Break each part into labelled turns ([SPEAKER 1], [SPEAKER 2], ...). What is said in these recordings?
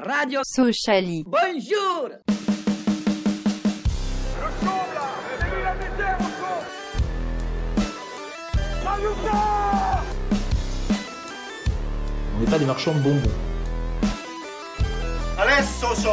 [SPEAKER 1] Radio
[SPEAKER 2] Sociali.
[SPEAKER 1] Bonjour
[SPEAKER 3] Le chauve là C'est lui la misère au chauve Saluta
[SPEAKER 4] On n'est pas des marchands de bonbons.
[SPEAKER 3] Adesso so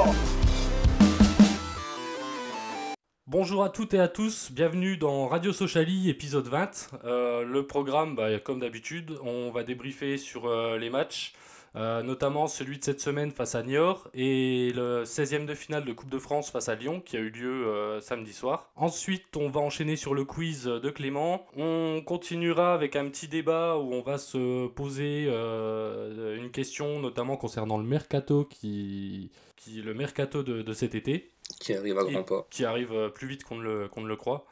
[SPEAKER 5] Bonjour à toutes et à tous, bienvenue dans Radio Sociali, épisode 20. Euh, le programme, bah, comme d'habitude, on va débriefer sur euh, les matchs, euh, notamment celui de cette semaine face à Niort et le 16e de finale de Coupe de France face à Lyon qui a eu lieu euh, samedi soir. Ensuite, on va enchaîner sur le quiz de Clément. On continuera avec un petit débat où on va se poser euh, une question, notamment concernant le mercato qui, qui le mercato de- de cet été
[SPEAKER 6] qui arrive à
[SPEAKER 5] Et-
[SPEAKER 6] grands pas.
[SPEAKER 5] qui arrive euh, plus vite qu'on ne, le- qu'on ne le croit.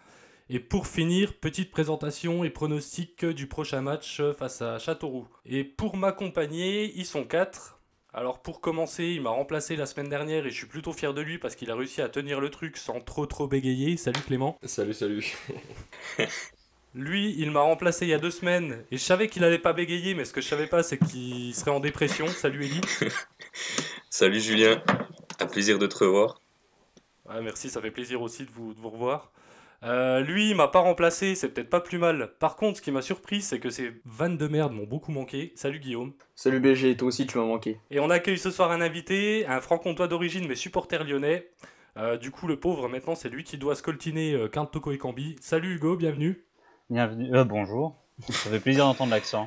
[SPEAKER 5] Et pour finir, petite présentation et pronostic du prochain match euh, face à Châteauroux. Et pour m'accompagner, ils sont quatre. Alors pour commencer, il m'a remplacé la semaine dernière et je suis plutôt fier de lui parce qu'il a réussi à tenir le truc sans trop trop bégayer. Salut Clément.
[SPEAKER 7] Salut, salut.
[SPEAKER 5] Lui, il m'a remplacé il y a deux semaines et je savais qu'il allait pas bégayer, mais ce que je savais pas, c'est qu'il serait en dépression. Salut Eli.
[SPEAKER 6] Salut Julien, un plaisir de te revoir.
[SPEAKER 5] Ouais, Ah, merci, ça fait plaisir aussi de vous, de vous revoir. Euh, lui, il m'a pas remplacé, c'est peut-être pas plus mal. Par contre, ce qui m'a surpris, c'est que ces vannes de merde m'ont beaucoup manqué. Salut Guillaume.
[SPEAKER 8] Salut BG, toi aussi tu m'as manqué.
[SPEAKER 5] Et on accueille ce soir un invité, un franc-comtois d'origine mais supporter lyonnais. Euh, du coup, le pauvre, maintenant, c'est lui qui doit scoltiner euh, Quinte Toko et Cambi. Salut Hugo, bienvenue.
[SPEAKER 9] Bienvenue. euh, bonjour. Ça fait plaisir d'entendre l'accent.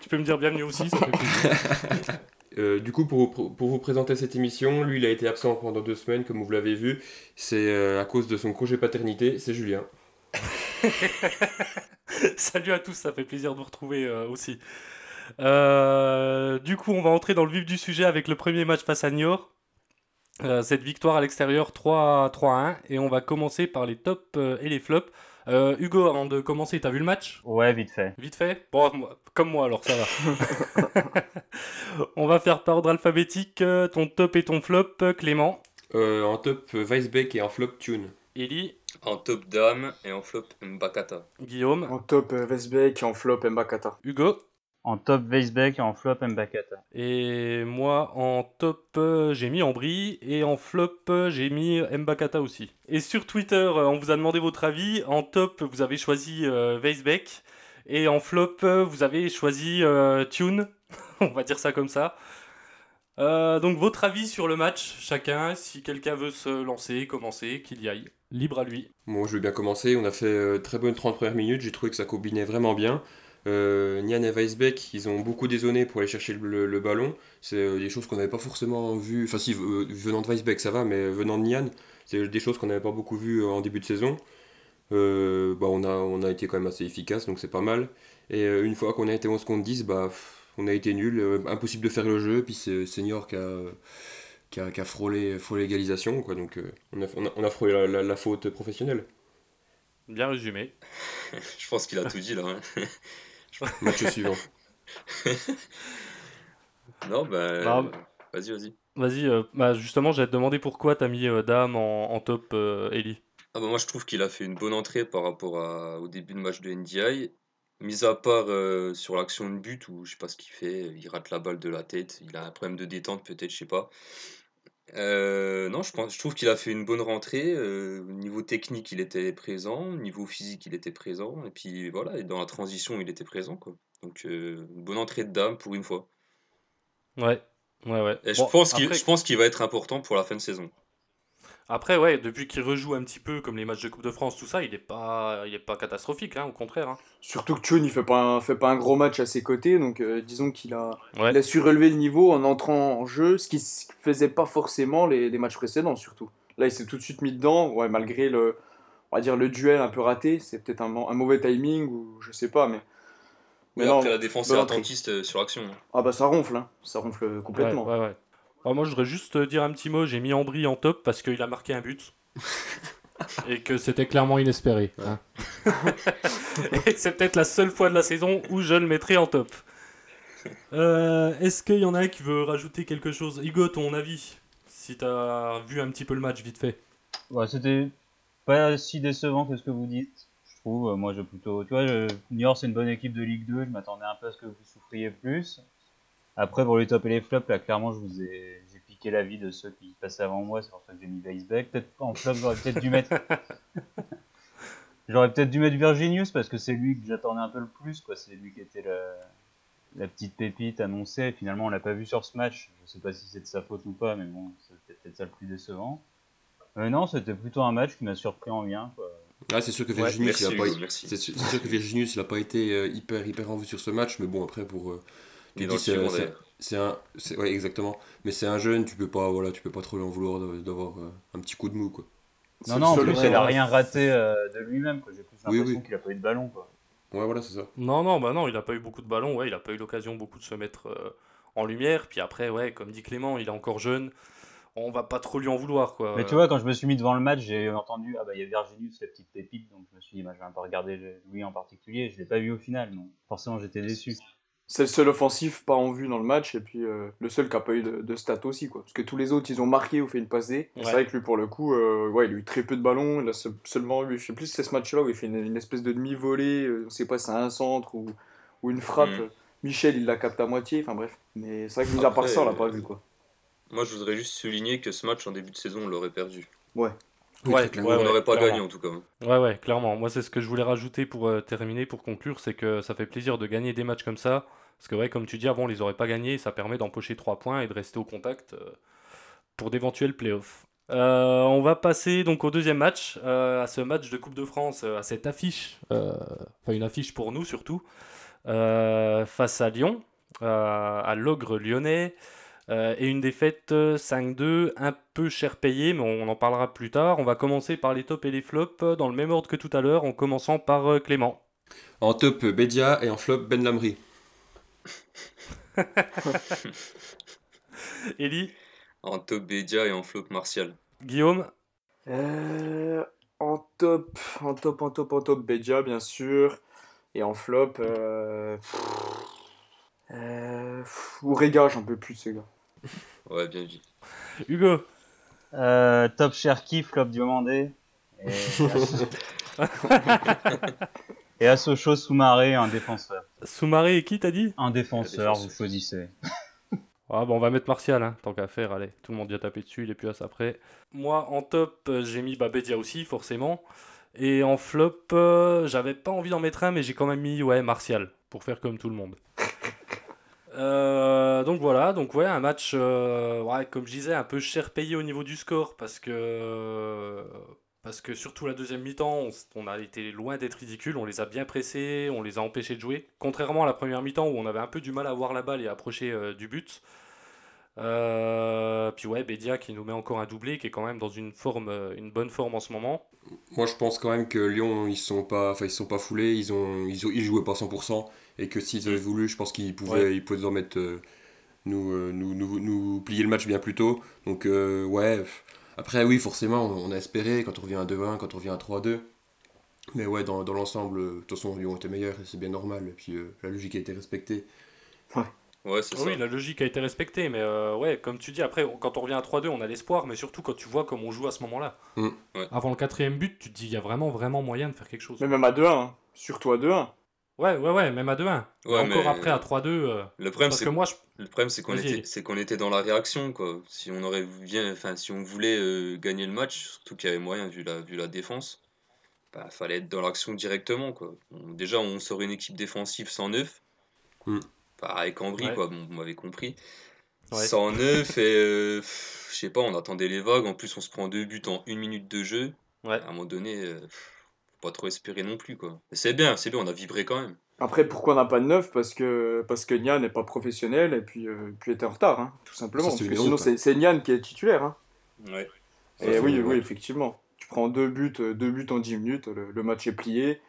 [SPEAKER 5] tu peux me dire bienvenue aussi, ça fait plaisir.
[SPEAKER 7] Euh, du coup, pour, vous- pour vous présenter cette émission, lui, il a été absent pendant deux semaines, comme vous l'avez vu. C'est euh, à cause de son congé paternité, c'est Julien.
[SPEAKER 5] Salut à tous, ça fait plaisir de vous retrouver euh, aussi. Euh, du coup, on va entrer dans le vif du sujet avec le premier match face à Niort. Euh, cette victoire à l'extérieur 3-1 et on va commencer par les tops euh, et les flops. Euh, Hugo, avant de commencer, t'as vu le match
[SPEAKER 9] Ouais, vite fait.
[SPEAKER 5] Vite fait Bon, moi- comme moi alors, ça va. on va faire par ordre alphabétique euh, ton top et ton flop, euh, Clément.
[SPEAKER 7] Euh, en top, euh, Weisbeck et en flop, Tune.
[SPEAKER 5] Ellie,
[SPEAKER 6] En top dame et en flop Mbakata.
[SPEAKER 5] Guillaume,
[SPEAKER 8] En top euh, Vesbeck et en flop Mbakata.
[SPEAKER 5] Hugo.
[SPEAKER 9] En top Weisbeck et en flop Mbakata.
[SPEAKER 5] Et moi, en top, euh, j'ai mis Ambry. Et en flop, euh, j'ai mis Mbakata aussi. Et sur Twitter, euh, on vous a demandé votre avis. En top, vous avez choisi euh, Weisbeck. Et en flop, euh, vous avez choisi euh, Tune. on va dire ça comme ça. Euh, donc, votre avis sur le match, chacun. Si quelqu'un veut se lancer, commencer, qu'il y aille. Libre à lui.
[SPEAKER 7] Bon, je vais bien commencer. On a fait euh, très bonne 30 premières minutes. J'ai trouvé que ça combinait vraiment bien. Euh, Nian et Weisbeck, ils ont beaucoup dézonné pour aller chercher le, le ballon. C'est euh, des choses qu'on n'avait pas forcément vues. Enfin, si, euh, venant de Weisbeck, ça va, mais euh, venant de Nian, c'est des choses qu'on n'avait pas beaucoup vues euh, en début de saison. Euh, bah, on, a, on a été quand même assez efficace, donc c'est pas mal. Et euh, une fois qu'on a été 11 contre 10, bah, pff, on a été nul. euh, impossible de faire le jeu. Puis c'est Senior qui a, qui a, qui a frôlé, frôlé l'égalisation. quoi. Donc euh, on, a, on, a, on a frôlé la- la- la faute professionnelle.
[SPEAKER 5] Bien résumé.
[SPEAKER 6] Je pense qu'il a tout dit là. hein.
[SPEAKER 7] Match suivant.
[SPEAKER 6] Non, bah.
[SPEAKER 5] Bah,
[SPEAKER 6] Vas-y, vas-y.
[SPEAKER 5] Vas-y, euh, bah justement, j'allais te demander pourquoi t'as mis euh, Dame en, en top, euh, Ellie.
[SPEAKER 6] Ah bah moi je trouve qu'il a fait une bonne entrée par rapport à- au début de match de NDI. Mis à part euh, sur l'action de but où je sais pas ce qu'il fait, il rate la balle de la tête, il a un problème de détente peut-être, je sais pas. Euh, non, je pense, je trouve qu'il a fait une bonne rentrée. euh, au niveau technique, il était présent. au Niveau physique, il était présent. Et puis voilà, et dans la transition, il était présent quoi. Donc euh, une bonne entrée de dame pour une fois.
[SPEAKER 5] Ouais, ouais, ouais.
[SPEAKER 6] Et
[SPEAKER 5] Bon,
[SPEAKER 6] je pense qu'il,
[SPEAKER 5] après-
[SPEAKER 6] je pense qu'il va être important pour la fin de saison.
[SPEAKER 5] Après, ouais, depuis qu'il rejoue un petit peu, comme les matchs de Coupe de France, tout ça, il est pas, il est pas catastrophique, hein, au contraire. hein.
[SPEAKER 8] Surtout que Chun il fait pas un, fait pas un gros match à ses côtés, donc euh, disons qu'il a,
[SPEAKER 5] Ouais.
[SPEAKER 8] il a su relever le niveau en entrant en jeu, ce qui s- faisait pas forcément les, les matchs précédents surtout. Là il s'est tout de suite mis dedans, ouais, malgré le, on va dire, le duel un peu raté, c'est peut-être un, man- un mauvais timing ou je sais pas, mais,
[SPEAKER 6] Mais
[SPEAKER 8] mais non,
[SPEAKER 6] après, la défense est
[SPEAKER 8] bonne entrée.
[SPEAKER 6] attentiste euh, sur l'action. hein.
[SPEAKER 8] ah bah ça ronfle, hein. ça ronfle complètement.
[SPEAKER 5] Ouais, ouais, ouais. Alors, moi, je voudrais juste euh, dire un petit mot. J'ai mis Ambry en top parce qu'il a marqué un but. Et que c'était clairement inespéré. hein. Et c'est peut-être la seule fois de la saison où je le mettrai en top. Euh, Est-ce qu'il y en a un qui veut rajouter quelque chose Hugo, ton avis Si t'as vu un petit peu le match, vite fait.
[SPEAKER 9] Ouais, c'était pas si décevant que ce que vous dites. Je trouve, Euh, moi, je plutôt. Tu vois, je... Niort, c'est une bonne équipe de Ligue 2. Je m'attendais un peu à ce que vous souffriez plus. Après, pour les tops et les flops, là, clairement, je vous ai, j'ai piqué l'avis de ceux qui passaient avant moi, c'est pour ça que j'ai mis Weisbeck. Peut-être en flop, j'aurais peut-être dû mettre. j'aurais peut-être dû mettre Virginius parce que c'est lui que j'attendais un peu le plus, quoi. C'est lui qui était la, la petite pépite annoncée. Finalement, on l'a pas vu sur ce match. Je sais pas si c'est de sa faute ou pas, mais bon, c'était peut-être ça le plus décevant. Euh, non, c'était plutôt un match qui m'a surpris en bien, quoi.
[SPEAKER 7] Ah, c'est sûr que
[SPEAKER 5] Ouais,
[SPEAKER 7] Virginius,
[SPEAKER 6] merci,
[SPEAKER 7] il a pas
[SPEAKER 6] Hugo,
[SPEAKER 7] été-
[SPEAKER 6] merci.
[SPEAKER 7] c'est sûr, c'est sûr que Virginius, il a pas été euh, hyper, hyper en vue sur ce match, mais bon, après, pour. euh,
[SPEAKER 6] Il
[SPEAKER 7] tu
[SPEAKER 6] est dans
[SPEAKER 7] dis,
[SPEAKER 6] le
[SPEAKER 7] c'est-
[SPEAKER 6] second,
[SPEAKER 7] c'est-
[SPEAKER 6] d'ailleurs.
[SPEAKER 7] c'est un. c'est- Ouais, exactement. Mais c'est un jeune, tu peux pas, voilà, tu peux pas trop lui en vouloir de- d'avoir euh, un petit coup de mou, quoi.
[SPEAKER 9] Non, non, en
[SPEAKER 8] C'est le
[SPEAKER 9] plus,
[SPEAKER 8] seul
[SPEAKER 9] il a
[SPEAKER 8] vrai.
[SPEAKER 9] rien raté euh, de lui-même, quoi. J'ai plus
[SPEAKER 7] Oui,
[SPEAKER 9] l'impression
[SPEAKER 7] oui.
[SPEAKER 9] qu'il a pas eu de ballon, quoi.
[SPEAKER 7] Ouais, voilà, c'est ça.
[SPEAKER 5] Non, non, bah non, il n'a pas eu beaucoup de ballons, ouais, il n'a pas eu l'occasion beaucoup de se mettre euh, en lumière. Puis après, ouais, comme dit Clément, il est encore jeune, on va pas trop lui en vouloir, quoi.
[SPEAKER 9] Mais tu vois, quand je me suis mis devant le match, j'ai entendu Ah bah il y a Virginius, la petite pépite, donc je me suis dit bah, Je vais un peu regarder lui en particulier, je l'ai pas vu au final, donc forcément j'étais déçu.
[SPEAKER 8] C'est le seul offensif pas en vue dans le match et puis euh, le seul qui a pas eu de, de stats aussi quoi. Parce que tous les autres ils ont marqué ou fait une passe D. Et
[SPEAKER 5] Ouais.
[SPEAKER 8] C'est vrai que lui pour le coup, euh, ouais, il a eu très peu de ballons. Il a se- seulement eu, je sais plus, c'est ce match-là où il fait une, une espèce de demi-volée. euh, on sait pas si c'est un centre ou, ou une frappe.
[SPEAKER 5] Mm.
[SPEAKER 6] Mhm.
[SPEAKER 8] Michel il la capte à moitié. Enfin bref. Mais c'est vrai que mis à part
[SPEAKER 6] Après,
[SPEAKER 8] ça on l'a
[SPEAKER 6] euh,
[SPEAKER 8] pas vu quoi.
[SPEAKER 6] Moi, je voudrais juste souligner que ce match en début de saison, on l'aurait perdu.
[SPEAKER 5] Ouais,
[SPEAKER 7] Oui, très clairement.
[SPEAKER 5] Ah ouais,
[SPEAKER 6] on n'aurait pas
[SPEAKER 5] clairement.
[SPEAKER 6] gagné en tout cas. hein.
[SPEAKER 5] Ouais, ouais, clairement. Moi, c'est ce que je voulais rajouter pour euh, terminer, pour conclure, c'est que ça fait plaisir de gagner des matchs comme ça. Parce que, ouais, comme tu dis, avant, on les aurait pas gagnés. Ça permet d'empocher 3 points et de rester au contact euh, pour d'éventuels playoffs. Euh, on va passer donc au deuxième match, euh, à ce match de Coupe de France, euh, à cette affiche, euh, enfin une affiche pour nous surtout, euh, face à Lyon, euh, à l'ogre lyonnais. Euh, et une défaite euh, 5-2, un peu cher payé, mais on en parlera plus tard. On va commencer par les tops et les flops euh, dans le même ordre que tout à l'heure, en commençant par euh, Clément.
[SPEAKER 7] En top, euh, Bedia et en flop, Ben Lamri.
[SPEAKER 5] Ellie,
[SPEAKER 6] En top Bédia et en flop Martial.
[SPEAKER 5] Guillaume,
[SPEAKER 8] Euh, en top, en top, en top, en top, Bedia, bien sûr. Et en flop, euh... euh, pff, Ourega, j'en peux plus de ce gars.
[SPEAKER 6] Ouais, bien dit.
[SPEAKER 5] Hugo.
[SPEAKER 9] Euh, top Cherki, flop Diomandé. Et, et Asocho Soumaré, un défenseur.
[SPEAKER 5] Soumaré et qui t'as dit
[SPEAKER 9] Un
[SPEAKER 6] Un défenseur.
[SPEAKER 9] défenseur, vous choisissez.
[SPEAKER 5] Ah bon, on va mettre Martial, hein, tant qu'à faire, allez, tout le monde y a tapé dessus, il est plus à ça après. Moi, en top, euh, j'ai mis Babédia aussi, forcément. Et en flop, euh, j'avais pas envie d'en mettre un, mais j'ai quand même mis, ouais, Martial, pour faire comme tout le monde. Euh, donc voilà, donc ouais, un match, euh, ouais, comme je disais, un peu cher payé au niveau du score, parce euh, que... Parce que surtout la deuxième mi-temps, on, s- on a été loin d'être ridicule, on les a bien pressés, on les a empêchés de jouer. Contrairement à la première mi-temps où on avait un peu du mal à voir la balle et à approcher euh, du but, euh, puis ouais, Bedia qui nous met encore un doublé, qui est quand même dans une forme, euh, une bonne forme en ce moment.
[SPEAKER 7] Moi, je pense quand même que Lyon, ils sont pas, enfin, ils sont pas foulés, ils ont, ils ont- ils jouaient pas 100%, et que s'ils avaient voulu, je pense qu'ils pouvaient, ils pouvaient nous en mettre, euh, nous, euh, nous, nous, nous plier le match bien plus tôt. Donc, euh, ouais. pff. Après, oui, forcément, on, on a espéré quand on revient à 2-1, quand on revient à 3-2. Mais ouais, dans, dans l'ensemble, euh, de toute façon, Lyon était meilleur, et c'est bien normal. Et puis, euh, la logique a été respectée.
[SPEAKER 6] Ouais, c'est
[SPEAKER 5] Oui,
[SPEAKER 6] ça.
[SPEAKER 5] la logique a été respectée, mais euh, ouais, comme tu dis, après, on- quand on revient à 3-2, on a l'espoir, mais surtout quand tu vois comme on joue à ce moment-là.
[SPEAKER 7] Mm,
[SPEAKER 6] ouais.
[SPEAKER 5] Avant le quatrième but, tu te dis, il y a vraiment, vraiment moyen de faire quelque chose.
[SPEAKER 8] Mais même à 2-1, hein. surtout à 2-1.
[SPEAKER 5] Ouais, ouais, ouais, même à 2-1.
[SPEAKER 6] Ouais,
[SPEAKER 5] Encore
[SPEAKER 6] mais-
[SPEAKER 5] après, à 3-2. euh,
[SPEAKER 6] Le problème,
[SPEAKER 5] parce
[SPEAKER 6] c'est
[SPEAKER 5] que moi, je-
[SPEAKER 6] le problème, c'est qu'on
[SPEAKER 5] Vas-y.
[SPEAKER 6] était, c'est qu'on était dans la réaction quoi. Si on aurait bien, enfin, si on voulait euh, gagner le match, surtout qu'il y avait moyen vu la, vu la défense, bah, fallait être dans l'action directement quoi. On- déjà, on sort une équipe défensive 109,
[SPEAKER 7] Mm.
[SPEAKER 6] bah, avec Ambry
[SPEAKER 5] Hmm. Ouais.
[SPEAKER 6] quoi. Bon, vous m'avez compris.
[SPEAKER 5] Ouais.
[SPEAKER 6] 109 et euh, pff, je sais pas, on attendait les vagues. En plus, on se prend deux buts en une minute de jeu.
[SPEAKER 5] Ouais.
[SPEAKER 6] À un moment donné, euh, pff, faut pas trop espérer non plus quoi. Mais c'est bien, c'est bien, on a vibré quand même.
[SPEAKER 8] Après, pourquoi on n'a pas de 9 Parce que, parce que Nian n'est pas professionnel et puis, euh, puis était en retard, hein, tout simplement.
[SPEAKER 7] Ça, c'est
[SPEAKER 8] Parce
[SPEAKER 7] une
[SPEAKER 8] que
[SPEAKER 7] honte,
[SPEAKER 8] sinon,
[SPEAKER 7] hein.
[SPEAKER 8] c'est c'est Nian qui est titulaire. hein.
[SPEAKER 6] Ouais.
[SPEAKER 7] Ça,
[SPEAKER 8] et
[SPEAKER 7] c'est
[SPEAKER 8] oui,
[SPEAKER 7] une
[SPEAKER 8] oui,
[SPEAKER 7] honte.
[SPEAKER 8] effectivement. Tu prends deux buts, euh, deux buts en 10 minutes, le, le match est plié.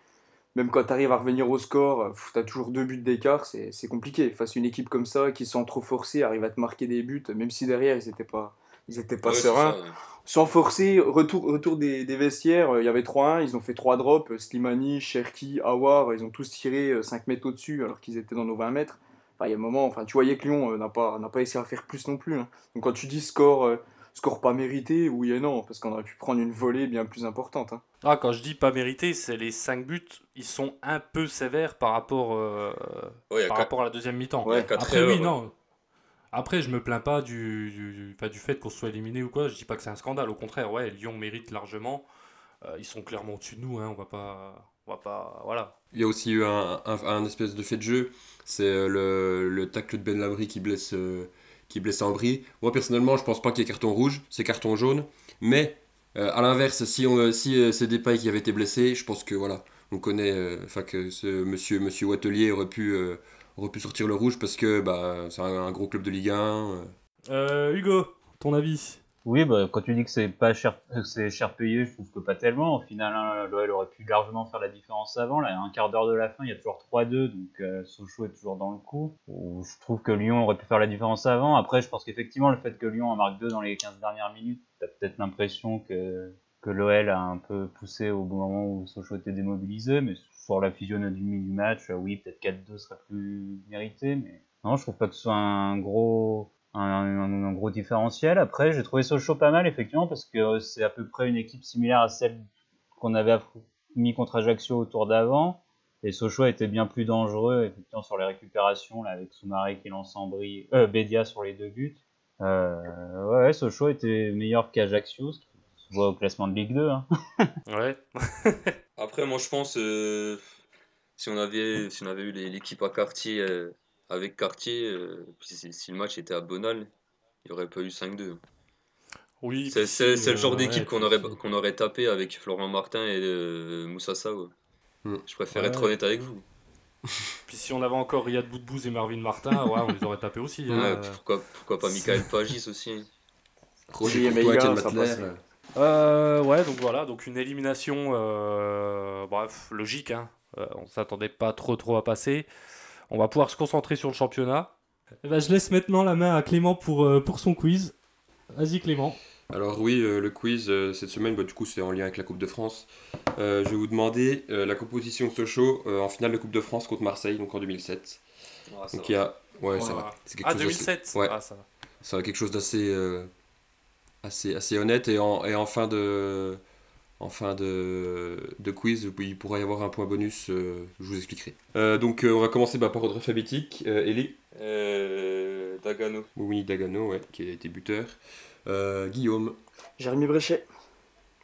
[SPEAKER 8] Même quand tu arrives à revenir au score, tu as toujours deux buts d'écart, c'est c'est compliqué. Face à une équipe comme ça, qui sans trop forcer arrive à te marquer des buts, même si derrière ils n'étaient pas, ils étaient pas
[SPEAKER 6] Ouais, c'est
[SPEAKER 8] sereins.
[SPEAKER 6] ça, ouais.
[SPEAKER 8] Sans forcer, retour, retour des, des vestiaires, euh, il y avait 3-1, ils ont fait 3 drops, euh, Slimani, Cherki, Awar, euh, ils ont tous tiré 5 mètres au-dessus alors qu'ils étaient dans nos 20 mètres. Enfin, il y a un moment, enfin, tu voyais que Lyon euh, n'a pas, n'a pas essayé à faire plus non plus. hein. Donc quand tu dis score, euh, score pas mérité, oui et non, parce qu'on aurait pu prendre une volée bien plus importante. hein.
[SPEAKER 5] ah, quand je dis pas mérité, c'est les 5 buts, ils sont un peu sévères par rapport, euh,
[SPEAKER 6] Ouais, il y a
[SPEAKER 5] par
[SPEAKER 6] quand-
[SPEAKER 5] rapport à la deuxième mi-temps.
[SPEAKER 6] il y a quatre
[SPEAKER 5] Après,
[SPEAKER 6] erreurs,
[SPEAKER 5] oui,
[SPEAKER 6] ouais.
[SPEAKER 5] non. Après, je me plains pas du, du, du- enfin, du fait qu'on se soit éliminé ou quoi. Je dis pas que c'est un scandale. Au contraire, ouais, Lyon mérite largement. Euh, ils sont clairement au-dessus de nous. Hein, on va pas, on va pas, voilà.
[SPEAKER 7] Il y a aussi eu un, un- un espèce de fait de jeu, c'est euh, le, le tacle de Ben Labri qui blesse, euh, qui blesse Ambry. Moi personnellement, je pense pas qu'il y ait carton rouge, c'est carton jaune. Mais euh, à l'inverse, si, on, euh, si euh, c'est Depay qui avait été blessé, je pense que voilà, on connaît, euh, enfin que ce monsieur, monsieur Wattelier aurait pu, euh, aurait pu sortir le rouge parce que bah, c'est un, un gros club de Ligue 1. euh.
[SPEAKER 5] Euh, Hugo, ton avis
[SPEAKER 9] Oui, bah, quand tu dis que c'est pas cher, que c'est cher payé, je trouve que pas tellement. Au final, hein, l'OL aurait pu largement faire la différence avant. Là, à un quart d'heure de la fin, il y a toujours 3-2, donc euh, Sochaux est toujours dans le coup. Ou Je trouve que Lyon aurait pu faire la différence avant. Après, je pense qu'effectivement, le fait que Lyon en marque 2 dans les 15 dernières minutes, t'as peut-être l'impression que, que l'OL a un peu poussé au bon moment où Sochaux était démobilisé, mais sur la physionomie du match, euh, oui, peut-être 4-2 serait plus mérité, mais non, je trouve pas que ce soit un gros un, un- un gros différentiel. Après, j'ai trouvé Sochaux pas mal, effectivement, parce que euh, c'est à peu près une équipe similaire à celle qu'on avait affr- mis contre Ajaccio au tour d'avant. Et Sochaux était bien plus dangereux, effectivement, sur les récupérations, là, avec Soumaré qui lance en brie, euh, Bédia sur les deux buts. Euh, ouais, Sochaux était meilleur qu'Ajaccio, ce qui se voit au classement de Ligue 2. hein.
[SPEAKER 5] Ouais.
[SPEAKER 6] Après, moi, je pense, euh, si on avait, si on avait eu les- l'équipe à Cartier, euh, avec Cartier, euh, puis si, si le match était à Bonal, il n'y aurait pas eu 5-2.
[SPEAKER 5] Oui.
[SPEAKER 6] C'est
[SPEAKER 5] puis
[SPEAKER 6] c'est-
[SPEAKER 5] si,
[SPEAKER 6] c'est le genre
[SPEAKER 5] euh,
[SPEAKER 6] d'équipe
[SPEAKER 5] ouais,
[SPEAKER 6] qu'on
[SPEAKER 5] puis
[SPEAKER 6] aurait,
[SPEAKER 5] si.
[SPEAKER 6] qu'on aurait tapé avec Florent Martin et euh, Moussa Sow.
[SPEAKER 7] Hmm.
[SPEAKER 6] Je préfère
[SPEAKER 9] Ouais.
[SPEAKER 6] être honnête avec vous.
[SPEAKER 5] Puis si on avait encore Riyad Boudbouz et Marvin Martin, ouais, on les aurait tapés aussi. hein.
[SPEAKER 6] Ouais, pourquoi, pourquoi pas Michael Pagis aussi hein.
[SPEAKER 7] Roger
[SPEAKER 8] Si,
[SPEAKER 7] Courtois,
[SPEAKER 8] mais les gars,
[SPEAKER 7] Étienne
[SPEAKER 8] ça
[SPEAKER 7] Matler,
[SPEAKER 8] passe.
[SPEAKER 7] euh.
[SPEAKER 5] Euh, ouais, donc voilà, donc une élimination, euh, bref, logique. Hein. Euh, on s'attendait pas trop trop à passer. On va pouvoir se concentrer sur le championnat.
[SPEAKER 1] Eh ben, je laisse maintenant la main à Clément pour, euh, pour son quiz. Vas-y Clément.
[SPEAKER 7] Alors oui, euh, le quiz euh, cette semaine, bah, du coup c'est en lien avec la Coupe de France. Euh, je vais vous demander euh, la composition de Sochaux euh, en finale de Coupe de France contre Marseille, donc en 2007.
[SPEAKER 6] Ah, ça
[SPEAKER 7] Donc
[SPEAKER 6] va.
[SPEAKER 7] il y a... Ouais, ça
[SPEAKER 5] Voilà.
[SPEAKER 7] va. C'est quelque
[SPEAKER 5] Ah,
[SPEAKER 7] chose d'assez-
[SPEAKER 5] 2007
[SPEAKER 7] Ouais,
[SPEAKER 5] Ah, ça va.
[SPEAKER 7] ça va quelque chose d'assez euh, assez, assez honnête. Et en, et en fin, de, en fin de, de quiz, il pourra y avoir un point bonus, euh, je vous expliquerai. Euh, donc euh, on va commencer bah, par ordre alphabétique. Euh, Ellie
[SPEAKER 6] Euh, Dagano.
[SPEAKER 7] Moumini Dagano, ouais, qui a été buteur. Euh, Guillaume
[SPEAKER 8] Jérémy Bréchet.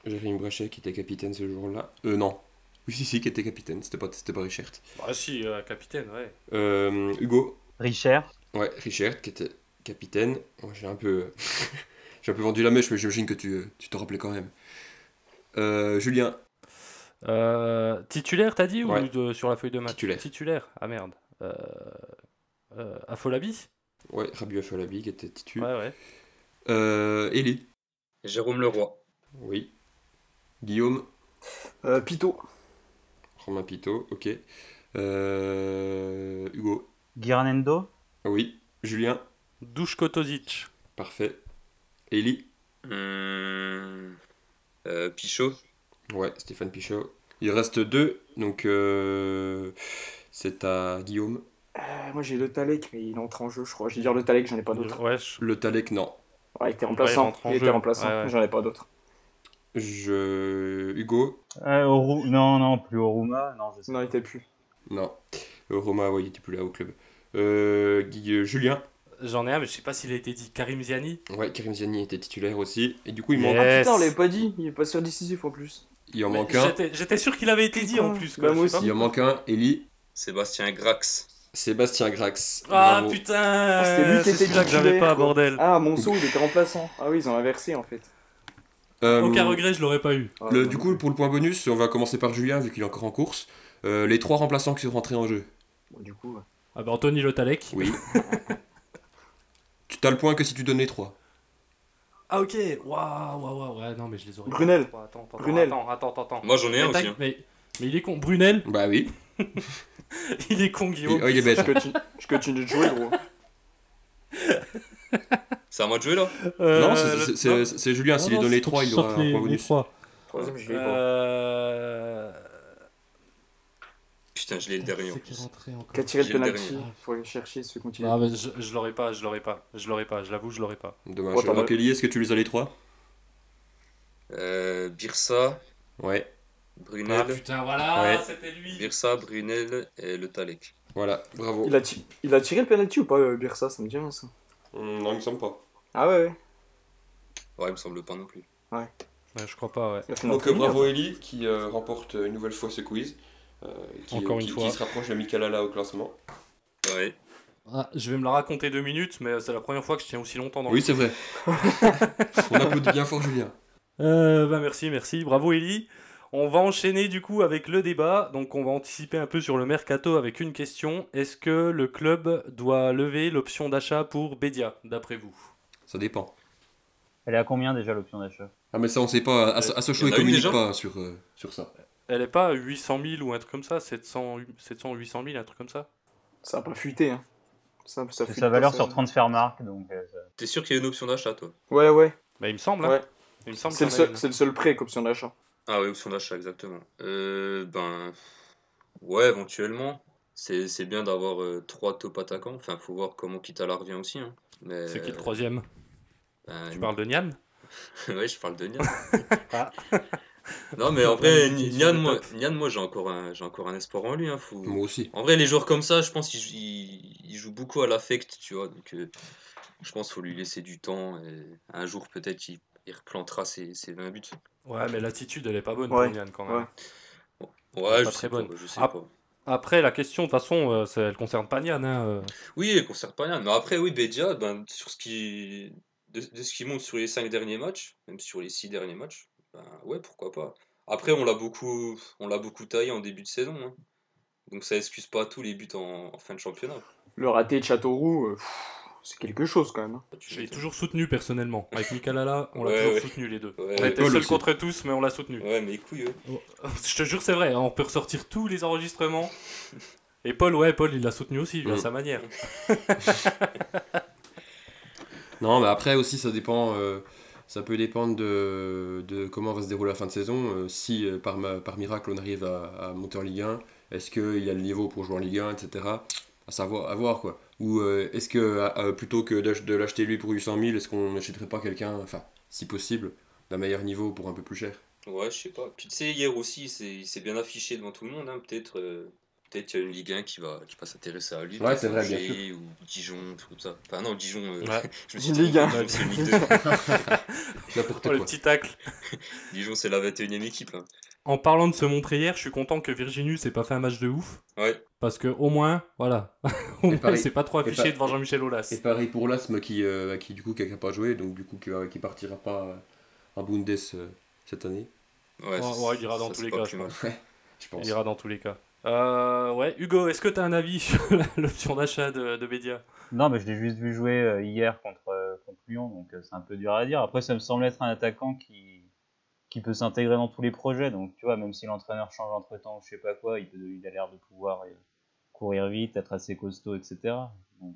[SPEAKER 7] Jérémy Brachet qui était capitaine ce jour-là. Euh, non. Oui, si, si, qui était capitaine, c'était pas, c'était pas Richert.
[SPEAKER 5] Ah, si, euh, capitaine, ouais.
[SPEAKER 7] Euh, Hugo.
[SPEAKER 9] Richard,
[SPEAKER 7] Ouais, Richert qui était capitaine. Moi, j'ai un peu. j'ai un peu vendu la mèche, mais j'imagine que tu, euh, tu te rappelais quand même. Euh, Julien,
[SPEAKER 5] Euh, titulaire, t'as dit
[SPEAKER 7] Ouais.
[SPEAKER 5] ou de- sur la feuille de match
[SPEAKER 7] Titulaire.
[SPEAKER 5] Ah merde. Euh, euh, Afolabi
[SPEAKER 7] ouais, Rabiu Afolabi qui était titu.
[SPEAKER 5] Ouais, ouais.
[SPEAKER 7] Euh, Eli,
[SPEAKER 6] Jérôme Leroy.
[SPEAKER 7] oui. Guillaume,
[SPEAKER 8] Euh, Pito.
[SPEAKER 7] Romain Pito, ok. Euh, Hugo,
[SPEAKER 9] Guirnendo,
[SPEAKER 7] ah oui. Julien,
[SPEAKER 5] Dushko Tozic.
[SPEAKER 7] parfait. Eli,
[SPEAKER 6] Hum, euh, Pichot.
[SPEAKER 7] ouais, Stéphane Pichot. Il reste deux, donc euh, c'est à Guillaume.
[SPEAKER 8] Euh, moi j'ai le Talek, mais il entre en jeu, je crois. Je vais dire le Talek, j'en ai pas d'autres.
[SPEAKER 5] Ouais, je-
[SPEAKER 7] Le Talek, non.
[SPEAKER 8] Ouais, il était
[SPEAKER 5] Ouais, il
[SPEAKER 8] remplaçant.
[SPEAKER 5] rentre en
[SPEAKER 8] Il était
[SPEAKER 5] jeu.
[SPEAKER 8] remplaçant,
[SPEAKER 5] Ouais, ouais.
[SPEAKER 8] j'en ai pas d'autres.
[SPEAKER 7] Je... Hugo,
[SPEAKER 9] euh, Oru- non, non, plus Oruma, non, je sais
[SPEAKER 8] Non, il
[SPEAKER 9] pas.
[SPEAKER 8] était plus.
[SPEAKER 7] Non. Euh, Roma, ouais, il était plus là au club. Euh, Guy- euh, Julien.
[SPEAKER 5] J'en ai un, mais je sais pas s'il a été dit. Karim Ziani
[SPEAKER 7] Ouais, Karim Ziani était titulaire aussi. Et du coup, il,
[SPEAKER 5] Yeah.
[SPEAKER 7] manque,
[SPEAKER 8] Ah
[SPEAKER 5] Yes.
[SPEAKER 8] putain, on l'avait pas dit, il est pas sur décisif en plus.
[SPEAKER 7] il en
[SPEAKER 5] Mais
[SPEAKER 7] manque un.
[SPEAKER 5] J'étais j'étais sûr qu'il avait été dit en
[SPEAKER 8] Putain.
[SPEAKER 5] plus. Quoi.
[SPEAKER 8] Bah, moi
[SPEAKER 5] je sais
[SPEAKER 7] Il
[SPEAKER 8] aussi.
[SPEAKER 7] en manque un. Eli.
[SPEAKER 6] Sébastien Grax.
[SPEAKER 7] Sébastien Grax.
[SPEAKER 5] Ah
[SPEAKER 7] Bravo.
[SPEAKER 5] putain
[SPEAKER 8] C'était lui qui
[SPEAKER 5] c'est
[SPEAKER 8] était
[SPEAKER 5] celui-là que
[SPEAKER 8] titulaire,
[SPEAKER 5] j'avais pas,
[SPEAKER 8] quoi.
[SPEAKER 5] bordel.
[SPEAKER 8] Ah, Monceau, il était remplaçant. Ah oui, ils ont inversé en fait.
[SPEAKER 7] Euh,
[SPEAKER 1] Aucun regret, je l'aurais pas eu.
[SPEAKER 8] Ah,
[SPEAKER 7] le-
[SPEAKER 8] non.
[SPEAKER 7] du coup, pour le point bonus, on va commencer par Julien, vu qu'il est encore en course. Euh, les trois remplaçants qui sont rentrés en jeu.
[SPEAKER 8] Bon, du coup, ouais.
[SPEAKER 1] Ah bah Anthony Lotalec.
[SPEAKER 7] Oui. tu t'as le point que si tu donnes les trois.
[SPEAKER 1] Ah ok, waouh, waouh, waouh, ouais, non mais je les aurais
[SPEAKER 8] Brunel.
[SPEAKER 1] pas. Attends, attends,
[SPEAKER 8] Brunel.
[SPEAKER 5] Attends, attends, attends, attends.
[SPEAKER 6] Moi j'en ai un
[SPEAKER 1] Mais,
[SPEAKER 7] hein.
[SPEAKER 6] aussi. hein.
[SPEAKER 1] tac, mais, mais il est con, Brunel,
[SPEAKER 7] Bah oui.
[SPEAKER 1] il est con
[SPEAKER 7] Il,
[SPEAKER 1] Guillaume.
[SPEAKER 7] oh, il est
[SPEAKER 8] je,
[SPEAKER 7] bête.
[SPEAKER 8] continue, je continue de jouer, gros.
[SPEAKER 6] hein. C'est à moi de jouer là
[SPEAKER 1] Euh,
[SPEAKER 7] non,
[SPEAKER 1] le-
[SPEAKER 7] c'est- c'est- c'est c'est Julien.
[SPEAKER 1] Non,
[SPEAKER 7] S'il les
[SPEAKER 1] non,
[SPEAKER 7] donne les
[SPEAKER 1] c'est pour
[SPEAKER 7] trois,
[SPEAKER 1] que
[SPEAKER 7] il
[SPEAKER 1] je
[SPEAKER 7] aura
[SPEAKER 1] sorte
[SPEAKER 7] un
[SPEAKER 1] les-
[SPEAKER 7] point
[SPEAKER 1] les
[SPEAKER 7] bonus.
[SPEAKER 1] trois.
[SPEAKER 8] Troisième, je vais pas.
[SPEAKER 5] Euh...
[SPEAKER 6] Putain, je l'ai le
[SPEAKER 1] Putain,
[SPEAKER 6] dernier en
[SPEAKER 1] c'est qui est
[SPEAKER 6] plus.
[SPEAKER 1] rentré encore
[SPEAKER 8] Qu'a tiré le
[SPEAKER 6] J'ai le
[SPEAKER 8] penalty
[SPEAKER 1] dernier.
[SPEAKER 8] Faut aller chercher ce continu.
[SPEAKER 9] Bah,
[SPEAKER 1] Ah,
[SPEAKER 5] Ah, mais je, je l'aurais pas, je l'aurais pas, je l'aurais pas, je l'avoue, je l'aurais pas.
[SPEAKER 7] Dommage.
[SPEAKER 8] Oh, t'en
[SPEAKER 7] Donc,
[SPEAKER 8] veux.
[SPEAKER 7] Eli, est-ce que tu les as les trois
[SPEAKER 6] Euh, Birsa,
[SPEAKER 7] Ouais.
[SPEAKER 1] Ah
[SPEAKER 6] Brunel.
[SPEAKER 1] putain, voilà,
[SPEAKER 7] Ouais.
[SPEAKER 1] c'était lui.
[SPEAKER 6] Birsa, Brunel et le Talek.
[SPEAKER 7] Voilà. Bravo.
[SPEAKER 8] Il a, ti- il a tiré le penalty ou pas, euh, Birsa Ça me dit rien ça.
[SPEAKER 7] Hum, Non, il me semble pas.
[SPEAKER 8] Ah ouais, ouais.
[SPEAKER 6] Ouais, il me semble pas non plus.
[SPEAKER 5] Ouais, je crois pas, ouais.
[SPEAKER 8] Ça fait
[SPEAKER 7] Donc
[SPEAKER 8] longtemps.
[SPEAKER 7] euh, bravo Ellie qui euh, remporte une nouvelle fois ce quiz. euh, qui,
[SPEAKER 5] Encore une
[SPEAKER 7] qui-
[SPEAKER 5] fois.
[SPEAKER 7] qui se rapproche de Mikalala au classement.
[SPEAKER 6] Ouais.
[SPEAKER 5] Ah, je vais me la raconter deux minutes, mais c'est la première fois que je tiens aussi longtemps dans le
[SPEAKER 7] Oui, c'est vrai. On applaudit bien fort Julien.
[SPEAKER 5] Euh, bah merci, merci. Bravo Ellie. On va enchaîner du coup avec le débat. Donc on va anticiper un peu sur le mercato avec une question. Est-ce que le club doit lever l'option d'achat pour Bedia, d'après vous
[SPEAKER 7] Ça dépend.
[SPEAKER 9] Elle est à combien déjà l'option d'achat
[SPEAKER 7] Ah mais ça on sait pas, As- Asocho
[SPEAKER 6] Il y
[SPEAKER 7] il
[SPEAKER 6] en a eu
[SPEAKER 7] communique
[SPEAKER 6] déjà
[SPEAKER 7] pas sur, euh, sur ça.
[SPEAKER 5] Elle est pas à 800 000 ou un truc comme ça 700, 700 800 000, un truc comme ça
[SPEAKER 8] Ça a pas fuité, hein. Ça, ça
[SPEAKER 9] C'est
[SPEAKER 8] fuite
[SPEAKER 9] sa
[SPEAKER 8] pas,
[SPEAKER 9] valeur
[SPEAKER 8] ça.
[SPEAKER 9] sur Transfermarkt, donc euh, ça-
[SPEAKER 6] T'es sûr qu'il y a une option d'achat, toi
[SPEAKER 8] Ouais, ouais.
[SPEAKER 5] Bah il me semble, hein.
[SPEAKER 8] ouais.
[SPEAKER 5] Il me semble
[SPEAKER 8] C'est le,
[SPEAKER 5] qu'il y en a
[SPEAKER 8] seul-
[SPEAKER 5] une.
[SPEAKER 8] c'est le seul prêt comme si on l'achat.
[SPEAKER 6] Ah oui, option d'achat, exactement. Euh, ben, ouais, éventuellement. C'est c'est bien d'avoir euh, trois top attaquants. Enfin, faut voir comment Kitala revient aussi. Hein. Mais,
[SPEAKER 5] C'est qui le troisième
[SPEAKER 6] ben,
[SPEAKER 5] Tu parles de Nian
[SPEAKER 6] ouais, je parle de Nian.
[SPEAKER 5] Ah.
[SPEAKER 6] Non, mais en
[SPEAKER 5] Après,
[SPEAKER 6] vrai,
[SPEAKER 5] il est
[SPEAKER 6] Nian,
[SPEAKER 5] sur le
[SPEAKER 6] moi,
[SPEAKER 5] top.
[SPEAKER 6] Nian, moi j'ai encore, un- j'ai encore un espoir en lui. Hein, faut-
[SPEAKER 7] Moi aussi.
[SPEAKER 6] En vrai, les joueurs comme ça, je pense qu'ils ils- ils jouent beaucoup à l'affect, tu vois. Donc, euh, je pense qu'il faut lui laisser du temps. Et un jour, peut-être, qu'il il replantera ses, ses 20 buts.
[SPEAKER 5] Ouais, mais l'attitude elle est pas bonne
[SPEAKER 8] Ouais,
[SPEAKER 5] pour Nian quand même.
[SPEAKER 8] ouais.
[SPEAKER 6] Ouais, je
[SPEAKER 5] très
[SPEAKER 6] sais,
[SPEAKER 5] bonne.
[SPEAKER 6] pas, je sais
[SPEAKER 5] Ah.
[SPEAKER 6] pas.
[SPEAKER 5] Après la question, de toute façon, euh, ça- elle concerne pas Nian. hein, euh.
[SPEAKER 6] Oui, elle concerne pas rien. Mais après, oui, Bedia, ben, sur ce qui... de, de ce qui monte sur les cinq derniers matchs, même sur les six derniers matchs, ben, ouais, pourquoi pas. Après, on l'a beaucoup, on l'a beaucoup taillé en début de saison. hein. Donc ça excuse pas tous les buts en, en fin de championnat.
[SPEAKER 8] Le raté de Châteauroux, euh, pff, c'est quelque chose quand même. hein.
[SPEAKER 6] Bah, tu
[SPEAKER 5] Je l'ai
[SPEAKER 6] m'étonnes.
[SPEAKER 5] toujours soutenu personnellement. Avec Mikalala, on l'a
[SPEAKER 6] Ouais,
[SPEAKER 5] toujours
[SPEAKER 6] ouais.
[SPEAKER 5] soutenu les deux.
[SPEAKER 6] Ouais,
[SPEAKER 5] on
[SPEAKER 6] ouais.
[SPEAKER 5] était
[SPEAKER 7] Paul
[SPEAKER 5] seuls
[SPEAKER 7] aussi.
[SPEAKER 5] contre tous, mais on l'a soutenu.
[SPEAKER 6] Ouais, mais couilles, eux.
[SPEAKER 5] Je te jure, c'est vrai, hein, on peut ressortir tous les enregistrements. Et Paul, ouais, Paul, il l'a soutenu aussi, lui, à
[SPEAKER 7] Mm.
[SPEAKER 5] sa manière.
[SPEAKER 7] Non, mais après aussi, ça dépend. euh, ça peut dépendre de, de comment va se dérouler la fin de saison. Euh, si euh, par, ma- par miracle on arrive à, à monter en Ligue 1, est-ce qu'il a le niveau pour jouer en Ligue 1, etc. À savoir, à voir quoi. Ou euh, est-ce que à- à- plutôt que d'ach- de l'acheter lui pour 800 000, est-ce qu'on n'achèterait pas quelqu'un, enfin, si possible, d'un meilleur niveau pour un peu plus cher
[SPEAKER 6] Ouais, je sais pas. Puis tu sais, hier aussi, il s'est- il s'est bien affiché devant tout le monde. hein. Peut-être euh, peut-être qu'il y a une Ligue 1 qui va, qui va s'intéresser à lui.
[SPEAKER 7] Ouais,
[SPEAKER 6] peut-être
[SPEAKER 7] c'est vrai, bien
[SPEAKER 6] Angers Ou Dijon, tout comme ça. Enfin, non, Dijon. euh,
[SPEAKER 5] Ouais.
[SPEAKER 6] je me suis
[SPEAKER 8] Une Ligue
[SPEAKER 6] trompé,
[SPEAKER 8] 1.
[SPEAKER 6] Dijon, c'est une Ligue 2.
[SPEAKER 7] N'importe
[SPEAKER 5] Oh, le
[SPEAKER 7] quoi.
[SPEAKER 5] petit tacle.
[SPEAKER 6] Dijon, c'est la 21 e équipe. là.
[SPEAKER 5] En parlant de se montrer hier, je suis content que Virginus n'ait pas fait un match de ouf.
[SPEAKER 6] Ouais.
[SPEAKER 5] Parce que, au moins, voilà. au
[SPEAKER 7] Et
[SPEAKER 5] moins,
[SPEAKER 7] pareil.
[SPEAKER 5] il s'est pas trop affiché
[SPEAKER 7] pas-
[SPEAKER 5] devant Jean-Michel Aulas.
[SPEAKER 7] Et pareil pour l'asthme qui, euh, qui du coup, qui n'a pas joué, donc du coup, qui, euh, qui partira pas en Bundes euh, cette année,
[SPEAKER 6] Ouais,
[SPEAKER 5] Ouais,
[SPEAKER 6] ça-
[SPEAKER 5] ouais, il ira dans
[SPEAKER 6] ça,
[SPEAKER 5] tous
[SPEAKER 6] c'est
[SPEAKER 5] les
[SPEAKER 6] pas
[SPEAKER 5] cas,
[SPEAKER 6] plus
[SPEAKER 5] je
[SPEAKER 6] mal.
[SPEAKER 7] je pense.
[SPEAKER 5] Il ira dans tous les cas. Euh, ouais, Hugo, est-ce que t'as un avis sur l'option d'achat de, de Bédia
[SPEAKER 9] Non, mais je l'ai juste vu jouer euh, hier contre, euh, contre Lyon, donc euh, c'est un peu dur à dire. Après, ça me semble être un attaquant qui, qui peut s'intégrer dans tous les projets. Donc, tu vois, même si l'entraîneur change entre temps ou je sais pas quoi, il, peut, il a l'air de pouvoir euh, courir vite, être assez costaud, etc. Bon.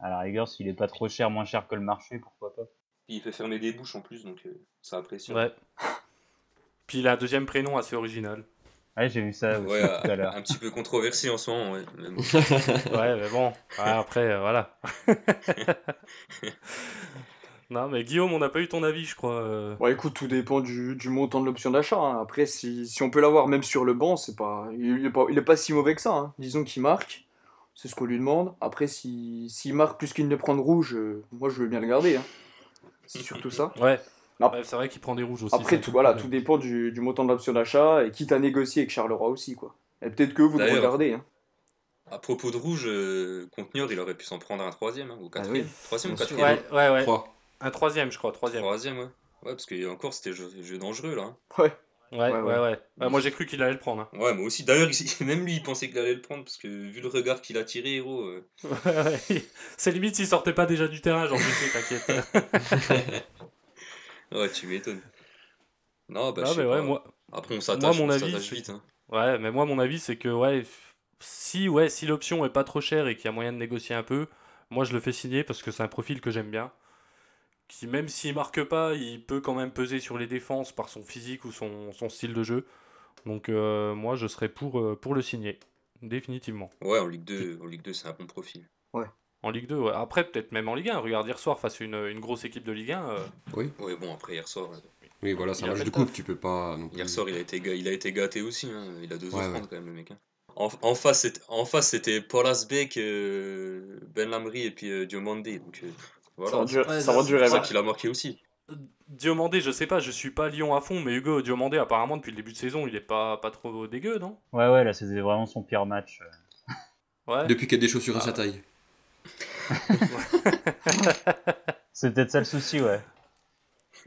[SPEAKER 9] À la rigueur, s'il est pas trop cher, moins cher que le marché, pourquoi pas.
[SPEAKER 6] Puis il peut fermer des bouches en plus, donc euh, ça apprécie.
[SPEAKER 5] Ouais. Puis il a un deuxième prénom assez original.
[SPEAKER 9] Ouais, j'ai vu ça aussi
[SPEAKER 6] Ouais, ah.
[SPEAKER 9] tout à l'heure.
[SPEAKER 6] un petit peu controversé en ce moment, ouais. mais bon.
[SPEAKER 5] Ouais, mais bon, ouais, après, euh, voilà. non, mais Guillaume, on n'a pas eu ton avis, je crois. euh.
[SPEAKER 8] Bon, écoute, tout dépend du, du montant de l'option d'achat. hein. Après, si, si on peut l'avoir même sur le banc, c'est pas, il n'est pas, il est pas si mauvais que ça. hein. Disons qu'il marque, c'est ce qu'on lui demande. Après, si- s'il marque plus qu'il ne prend de rouge, euh, moi je veux bien le garder. hein. C'est surtout ça.
[SPEAKER 5] Ouais.
[SPEAKER 8] Non.
[SPEAKER 5] Ouais, c'est vrai qu'il prend des rouges aussi.
[SPEAKER 8] Après,
[SPEAKER 5] c'est
[SPEAKER 8] tout,
[SPEAKER 5] le
[SPEAKER 8] voilà, tout
[SPEAKER 5] problème.
[SPEAKER 8] dépend du, du montant de l'option d'achat et quitte à négocier avec Charleroi aussi. quoi. Et peut-être que vous devez
[SPEAKER 6] D'ailleurs.
[SPEAKER 8] regarder. hein.
[SPEAKER 6] À propos de rouge, euh, Conteneur, il aurait pu s'en prendre un troisième,
[SPEAKER 5] Ah
[SPEAKER 6] hein, ou quatrième. troisième ou
[SPEAKER 8] bien sûr.
[SPEAKER 6] quatrième
[SPEAKER 5] Ouais, ouais, ouais.
[SPEAKER 7] Trois.
[SPEAKER 5] Un troisième, je crois, troisième. Ouais,
[SPEAKER 6] Troisième, ouais. Ouais, parce que encore, c'était jeu, jeu dangereux, là. hein.
[SPEAKER 5] ouais, ouais.
[SPEAKER 8] Ouais, ouais.
[SPEAKER 5] Ouais, Bah, moi, j'ai cru qu'il allait le prendre. hein.
[SPEAKER 6] Ouais, moi aussi. D'ailleurs, il- même lui, il pensait qu'il allait le prendre, parce que vu le regard qu'il a tiré, héros. euh,
[SPEAKER 5] hein. c'est limite s'il sortait pas déjà du terrain, genre, je sais, t'inquiète.
[SPEAKER 6] Ouais, tu m'étonnes. Non, bah,
[SPEAKER 5] Ah,
[SPEAKER 6] je sais
[SPEAKER 5] mais ouais,
[SPEAKER 6] pas.
[SPEAKER 5] moi...
[SPEAKER 6] Après, on s'attache
[SPEAKER 5] mon
[SPEAKER 6] on
[SPEAKER 5] avis,
[SPEAKER 6] s'attache
[SPEAKER 5] c'est-
[SPEAKER 6] vite. hein.
[SPEAKER 5] ouais, mais moi, mon avis, c'est que, ouais, f- si, ouais, si l'option est pas trop chère et qu'il y a moyen de négocier un peu, moi, je le fais signer parce que c'est un profil que j'aime bien. Qui, même s'il marque pas, il peut quand même peser sur les défenses par son physique ou son, son style de jeu. Donc, euh, moi, je serais pour, euh, pour le signer, définitivement.
[SPEAKER 6] Ouais, en Ligue 2, en Ligue 2 c'est un bon profil.
[SPEAKER 5] En Ligue 2, ouais. Après, peut-être même en Ligue 1. Regarde, hier soir, face à une, une grosse équipe de Ligue 1, euh,
[SPEAKER 6] Ouais, bon, après, hier soir, euh,
[SPEAKER 7] Oui, voilà,
[SPEAKER 5] Il
[SPEAKER 7] c'est un
[SPEAKER 5] a
[SPEAKER 7] match
[SPEAKER 5] fait
[SPEAKER 7] de
[SPEAKER 5] le taf.
[SPEAKER 7] coupe, tu peux pas non plus.
[SPEAKER 6] hier soir, il a été, ga- il a été gâté aussi. hein. Il a deux
[SPEAKER 7] Mm. Ouais,
[SPEAKER 6] offrandes,
[SPEAKER 7] ouais.
[SPEAKER 6] quand même, le mec. hein. En, en face, c'était- en face, c'était Paul Asbeck, euh, Ben Lamry et puis euh, Diomande. Donc, euh,
[SPEAKER 8] Ça
[SPEAKER 6] voilà.
[SPEAKER 8] rend dur,
[SPEAKER 5] Ouais,
[SPEAKER 8] ça rend
[SPEAKER 5] ça,
[SPEAKER 8] dur
[SPEAKER 6] C'est
[SPEAKER 8] à
[SPEAKER 6] ça
[SPEAKER 8] voir.
[SPEAKER 6] qu'il a marqué aussi.
[SPEAKER 5] Diomandé, je sais pas, je suis pas Lyon à fond, mais Hugo Diomandé, apparemment, depuis le début de saison, il est pas, pas trop dégueu, non
[SPEAKER 9] Ouais, ouais, là, c'était vraiment son pire match. euh.
[SPEAKER 5] Ouais.
[SPEAKER 7] Depuis qu'il y a des chaussures à sa taille.
[SPEAKER 9] C'est peut-être ça le souci, ouais.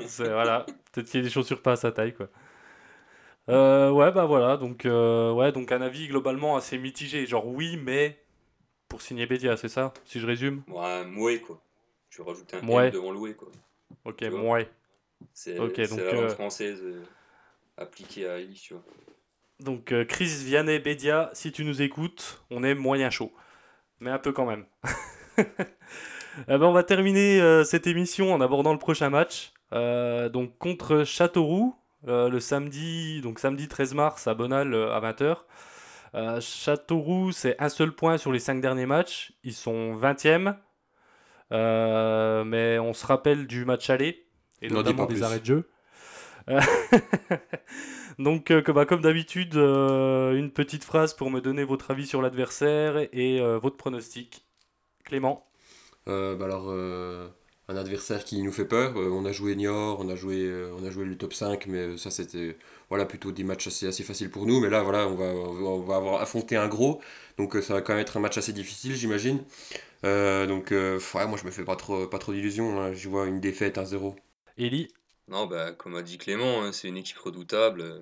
[SPEAKER 5] C'est- voilà, peut-être qu'il y a des chaussures pas à sa taille, quoi. Euh, ouais, bah voilà, donc, euh, ouais, donc un avis globalement assez mitigé. Genre, oui, mais pour signer Bédia, c'est ça Si je résume
[SPEAKER 6] Ouais, Moué, quoi. Je vais rajouter un M
[SPEAKER 5] Ouais.
[SPEAKER 6] devant Loué, quoi.
[SPEAKER 5] Ok,
[SPEAKER 6] Tu vois
[SPEAKER 5] ouais.
[SPEAKER 6] C'est
[SPEAKER 5] Ok,
[SPEAKER 6] c'est
[SPEAKER 5] donc,
[SPEAKER 6] la langue
[SPEAKER 5] euh,
[SPEAKER 6] française euh, appliquée à Illich, tu vois.
[SPEAKER 5] Donc, euh, Chris Vianney, Bédia, si tu nous écoutes, on est moyen chaud. Mais un peu quand même. Eh ben, on va terminer euh, cette émission en abordant le prochain match. Euh, donc, contre Châteauroux, euh, le samedi, donc samedi 13 mars à Bonal euh, à 20h. Euh, Châteauroux, c'est un seul point sur les cinq derniers matchs. Ils sont 20e. Euh, mais on se rappelle du match aller. Et
[SPEAKER 7] N'en dis
[SPEAKER 5] notamment
[SPEAKER 7] pas
[SPEAKER 5] des
[SPEAKER 7] plus.
[SPEAKER 5] arrêts de jeu. Euh, Donc, euh, que- bah, comme d'habitude, euh, une petite phrase pour me donner votre avis sur l'adversaire et euh, votre pronostic. Clément,
[SPEAKER 7] Euh, bah alors, euh, un adversaire qui nous fait peur. Euh, on a joué Niort, on a joué, euh, on a joué le top 5, mais euh, ça c'était voilà, plutôt des matchs assez, assez faciles pour nous. Mais là, voilà, on va, on va- on va avoir affronté un gros, donc euh, ça va quand même être un match assez difficile, j'imagine. Euh, donc, euh, ouais, moi je me fais pas trop, pas trop d'illusions. hein. J'y vois une défaite 1-0.
[SPEAKER 5] Ellie,
[SPEAKER 6] Non, bah, comme a dit Clément, hein, c'est une équipe redoutable. euh,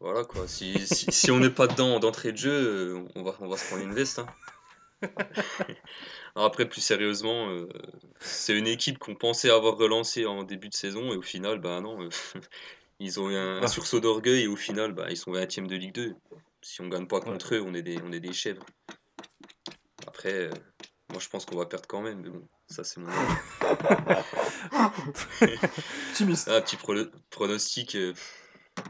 [SPEAKER 6] Voilà quoi. Si, si, si on n'est pas dedans d'entrée de jeu, euh, on va, on va se prendre une veste. hein. Alors après, plus sérieusement, euh, c'est une équipe qu'on pensait avoir relancée en début de saison et au final, bah non. euh, ils ont eu un, un sursaut d'orgueil et au final, bah, ils sont 20 de Ligue 2. Si on gagne pas contre eux, on est des, on est des chèvres. Après, euh, moi je pense qu'on va perdre quand même, mais bon, ça c'est mon avis.
[SPEAKER 8] Optimiste.
[SPEAKER 6] Ah, petit prono- pronostic. euh, pff,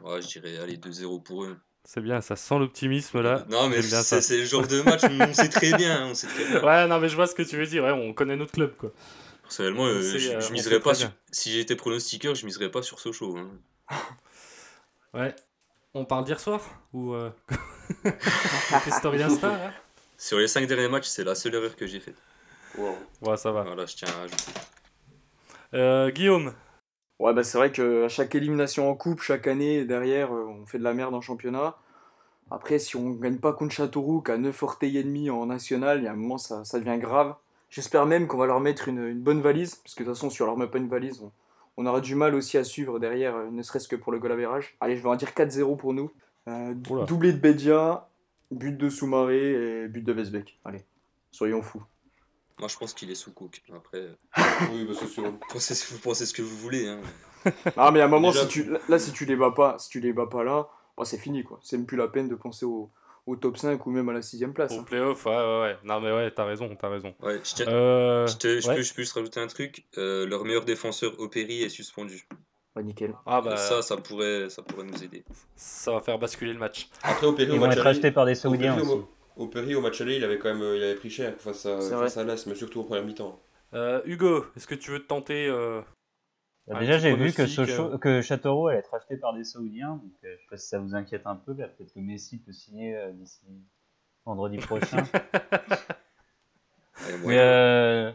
[SPEAKER 6] ouais, je dirais, allez, 2-0 pour eux.
[SPEAKER 5] c'est bien, ça sent l'optimisme là.
[SPEAKER 6] non, mais
[SPEAKER 5] Ah, j'aime bien
[SPEAKER 6] c'est
[SPEAKER 5] ça.
[SPEAKER 6] c'est le genre de match, on sait très bien. On sait très bien.
[SPEAKER 5] Ouais, non, mais je vois ce que tu veux dire, ouais, on connaît notre club quoi.
[SPEAKER 6] Personnellement, euh,
[SPEAKER 5] On sait,
[SPEAKER 6] je,
[SPEAKER 5] euh,
[SPEAKER 6] je
[SPEAKER 5] on
[SPEAKER 6] miserais
[SPEAKER 5] sait
[SPEAKER 6] pas.
[SPEAKER 5] très
[SPEAKER 6] sur-
[SPEAKER 5] bien.
[SPEAKER 6] si j'étais pronostiqueur, je miserais pas sur Sochaux. hein.
[SPEAKER 5] Ouais. On parle d'hier soir Ou. Euh... t'es historien star là
[SPEAKER 6] Sur les 5 derniers matchs, c'est la seule erreur que j'ai faite.
[SPEAKER 5] Ouais, ça va.
[SPEAKER 6] Voilà, je tiens à ajouter.
[SPEAKER 5] Euh, Guillaume,
[SPEAKER 8] Ouais, bah c'est vrai que à chaque élimination en coupe, chaque année, derrière, euh, on fait de la merde en championnat. Après, si on gagne pas contre Châteauroux, qu'à 9 orteils et demi en national, il y a un moment, ça, ça devient grave. J'espère même qu'on va leur mettre une, une bonne valise, parce que de toute façon, si on leur met pas une valise, on, on aura du mal aussi à suivre derrière, euh, ne serait-ce que pour le goal average. Allez, je vais en dire 4-0 pour nous. Euh, d-
[SPEAKER 5] Oula.
[SPEAKER 8] doublé de Bedia, but de Soumaré et but de Vesbeck. Allez, soyons fous.
[SPEAKER 6] Moi, je pense qu'il est sous Cook. Après, euh,
[SPEAKER 7] Oui, bah c'est sûr.
[SPEAKER 6] pensez, ce- vous pensez ce que vous voulez. hein.
[SPEAKER 8] Ah mais à un moment
[SPEAKER 6] Déjà-
[SPEAKER 8] si tu là si tu les bats pas si tu les bats pas là bah, c'est fini quoi c'est même plus la peine de penser au, au top 5 ou même à la sixième place
[SPEAKER 5] au
[SPEAKER 8] hein.
[SPEAKER 5] playoff, ouais, ouais, ouais. Non, mais ouais, t'as raison, t'as raison.
[SPEAKER 6] Ouais, je tiens-
[SPEAKER 5] Euh...
[SPEAKER 6] je te- je
[SPEAKER 5] ouais.
[SPEAKER 6] peux, je peux juste rajouter un truc. euh, leur meilleur défenseur, Opéry, est suspendu.
[SPEAKER 8] bah nickel
[SPEAKER 5] Ah bah,
[SPEAKER 6] Ça, ça pourrait, ça pourrait nous aider.
[SPEAKER 5] ça va faire basculer le match.
[SPEAKER 7] Après, au Péry,
[SPEAKER 9] Ils vont être achetés par des Saoudiens aussi.
[SPEAKER 7] au match aller, il avait quand même euh, il avait pris cher face à,
[SPEAKER 8] C'est vrai. face
[SPEAKER 7] mais surtout en première mi-temps.
[SPEAKER 5] Euh, Hugo, est-ce que tu veux te tenter euh,
[SPEAKER 9] Bah,
[SPEAKER 5] Un
[SPEAKER 9] déjà,
[SPEAKER 5] petit
[SPEAKER 9] j'ai vu que,
[SPEAKER 5] pronostic, euh.
[SPEAKER 9] Sochaux- que Châteauroux allait être acheté par des Saoudiens, donc euh, je sais pas si ça vous inquiète un peu, là, peut-être que Messi peut signer euh, d'ici vendredi prochain.
[SPEAKER 6] Allez,
[SPEAKER 9] Mais
[SPEAKER 6] moyen.
[SPEAKER 9] euh,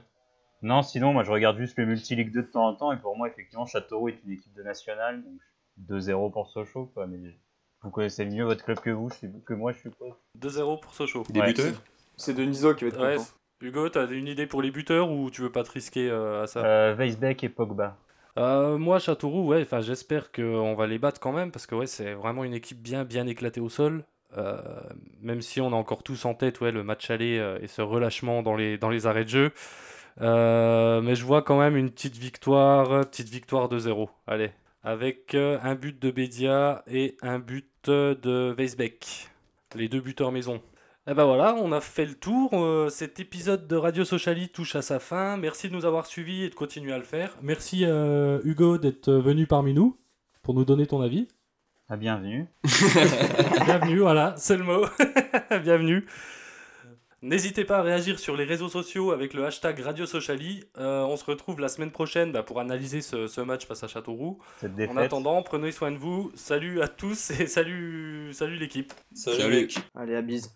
[SPEAKER 9] non, sinon, moi je regarde juste le multi-ligue 2 de temps en temps, et pour moi, effectivement, Châteauroux est une équipe de nationale, donc 2-0 pour Sochaux, quoi, mais vous connaissez mieux votre club que vous, je sais- que moi, je suppose.
[SPEAKER 5] 2-0 pour Sochaux
[SPEAKER 7] Des
[SPEAKER 9] Ouais.
[SPEAKER 7] buteurs
[SPEAKER 8] c'est Deniso qui va être
[SPEAKER 5] Ouais,
[SPEAKER 8] content
[SPEAKER 5] Hugo, t'as une idée pour les buteurs ou tu veux pas te risquer euh, à ça
[SPEAKER 9] Euh, Weisbeck et Pogba.
[SPEAKER 5] Euh, Moi, Châteauroux, ouais, enfin, j'espère qu'on va les battre quand même parce que ouais, c'est vraiment une équipe bien, bien éclatée au sol. Euh, même si on a encore tous en tête ouais, le match aller euh, et ce relâchement dans les, dans les arrêts de jeu. Euh, mais je vois quand même une petite victoire, euh, petite victoire de 0. Allez, avec euh, un but de Bédia et un but euh, de Weisbeck. Les deux buteurs maison. Et ben voilà, on a fait le tour. Euh, cet épisode de Radio Sociali touche à sa fin. Merci de nous avoir suivis et de continuer à le faire.
[SPEAKER 1] Merci euh, Hugo d'être venu parmi nous pour nous donner ton avis.
[SPEAKER 9] Ah, bienvenue.
[SPEAKER 5] Bienvenue, voilà, c'est le mot. Bienvenue. N'hésitez pas à réagir sur les réseaux sociaux avec le hashtag Radio Sociali. Euh, on se retrouve la semaine prochaine bah, pour analyser ce, ce match face à Châteauroux.
[SPEAKER 9] Cette
[SPEAKER 5] En
[SPEAKER 9] défaite.
[SPEAKER 5] attendant, prenez soin de vous. Salut à tous et salut, salut l'équipe.
[SPEAKER 6] Salut,
[SPEAKER 7] Salut.
[SPEAKER 6] mec.
[SPEAKER 8] Allez, à bise.